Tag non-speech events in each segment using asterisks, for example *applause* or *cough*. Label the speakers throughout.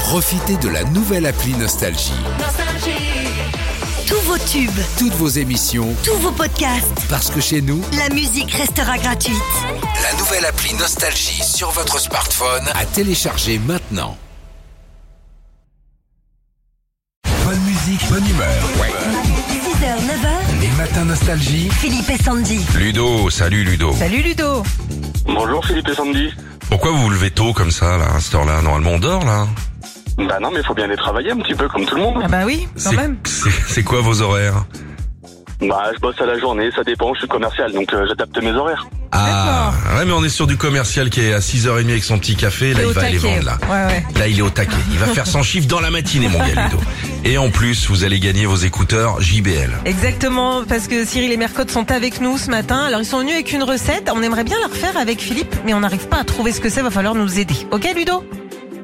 Speaker 1: Profitez de la nouvelle appli Nostalgie.
Speaker 2: Tous vos tubes,
Speaker 1: Toutes vos émissions,
Speaker 2: tous vos podcasts,
Speaker 1: parce que chez nous,
Speaker 2: la musique restera gratuite.
Speaker 1: la nouvelle appli Nostalgie sur votre smartphone à télécharger maintenant.
Speaker 3: Bonne musique, bonne humeur.
Speaker 2: 6h, 9h,
Speaker 3: Les matins nostalgie.
Speaker 2: Philippe et Sandy.
Speaker 4: Ludo, salut Ludo.
Speaker 5: Salut Ludo
Speaker 6: Bonjour Philippe et Sandy.
Speaker 4: Pourquoi vous vous levez tôt comme ça, là, à cette heure-là Normalement, on dort, là.
Speaker 6: Bah non, mais faut bien aller travailler un petit peu comme tout le monde.
Speaker 5: Ah bah oui, quand
Speaker 4: C'est-
Speaker 5: même
Speaker 4: C'est c'est quoi vos horaires
Speaker 6: Bah je bosse à la journée, ça dépend, je suis commercial, donc euh, j'adapte mes horaires.
Speaker 4: Ah, ouais, mais on est sur du commercial qui est à 6h30 avec son petit café. Là,
Speaker 5: T'es
Speaker 4: il
Speaker 5: au
Speaker 4: va aller
Speaker 5: taquet.
Speaker 4: vendre, là.
Speaker 5: Ouais, ouais.
Speaker 4: Là, il est au taquet. Il va faire
Speaker 5: *laughs*
Speaker 4: son chiffre dans la matinée, mon gars Ludo. Et en plus, vous allez gagner vos écouteurs JBL.
Speaker 5: Exactement, parce que Cyril et Mercotte sont avec nous ce matin. Alors ils sont venus avec une recette, on aimerait bien la refaire avec Philippe, mais on n'arrive pas à trouver ce que c'est, va falloir nous aider. Ok Ludo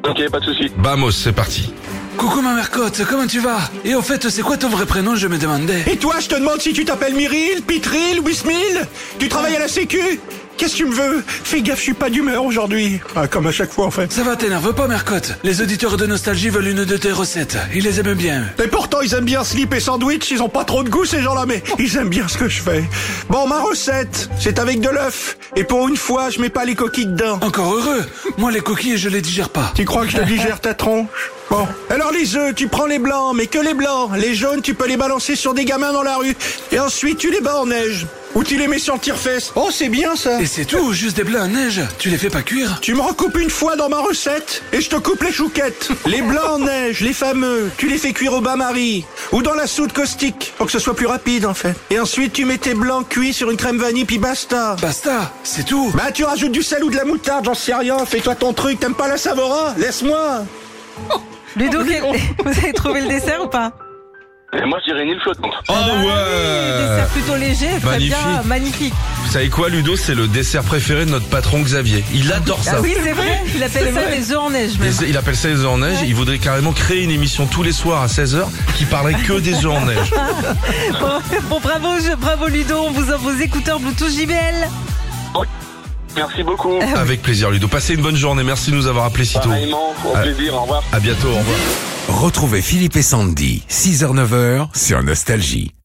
Speaker 6: Ok, pas de souci.
Speaker 4: Vamos, c'est parti.
Speaker 3: Coucou ma mère Cotte, comment tu vas Et au fait, c'est quoi ton vrai prénom, je me demandais
Speaker 7: Et toi, je te demande si tu t'appelles Myril, Pitril, Wismil Tu travailles à la Sécu Qu'est-ce que tu me veux Fais gaffe, je suis pas d'humeur aujourd'hui. Ah, comme à chaque fois, en fait.
Speaker 3: Ça va, t'énerve pas, mère Cotte Les auditeurs de Nostalgie veulent une de tes recettes. Ils les aiment bien.
Speaker 7: Et pourtant, ils aiment bien slip et sandwich, ils ont pas trop de goût, ces gens-là, mais ils aiment bien ce que je fais. Bon, ma recette, c'est avec de l'œuf. Et pour une fois, je mets pas les coquilles dedans.
Speaker 3: Encore heureux Moi, les coquilles, je les digère pas.
Speaker 7: Tu crois que je te digère ta tronche Bon. Alors les œufs, tu prends les blancs, mais que les blancs. Les jaunes, tu peux les balancer sur des gamins dans la rue. Et ensuite, tu les bats en neige. Ou tu les mets sur le tire-fesse. Oh, c'est bien ça.
Speaker 3: Et c'est tout, juste des blancs à neige. Tu les fais pas cuire
Speaker 7: Tu me recoupes une fois dans ma recette et je te coupe les chouquettes. Les blancs en neige, les fameux, tu les fais cuire au bain-marie ou dans la soude caustique pour que ce soit plus rapide en fait. Et ensuite tu mets tes blancs cuits sur une crème vanille puis basta.
Speaker 3: Basta, c'est tout
Speaker 7: Bah tu rajoutes du sel ou de la moutarde, j'en sais rien, fais-toi ton truc, t'aimes pas la Savora Laisse-moi
Speaker 4: Oh,
Speaker 5: Ludo, quel- *laughs* vous avez trouvé le dessert ou pas
Speaker 6: Et moi je dirais une île flottante.
Speaker 4: Oh
Speaker 5: Le Ah bah Dessert plutôt léger, très bien,
Speaker 4: magnifique.
Speaker 5: magnifique.
Speaker 4: Vous savez quoi, Ludo C'est le dessert préféré de notre patron Xavier. Il adore ça.
Speaker 5: Ah oui, c'est vrai, il appelle ça des œufs en neige même.
Speaker 4: Les- il appelle ça les œufs en neige. Il voudrait carrément créer une émission tous les soirs à 16h qui parlerait que
Speaker 5: *laughs*
Speaker 4: des œufs en neige.
Speaker 5: Bon, *laughs* bon, bravo, je- bravo Ludo, on vous offre vos écouteurs Bluetooth JBL.
Speaker 6: Merci beaucoup.
Speaker 4: Avec plaisir, Ludo. Passez une bonne journée. Merci de nous avoir appelés si tôt.
Speaker 6: Pareillement, au
Speaker 4: Ah.
Speaker 6: plaisir, au revoir.
Speaker 4: À bientôt. Au revoir.
Speaker 1: Retrouvez Philippe et Sandy, 6h-9h sur Nostalgie.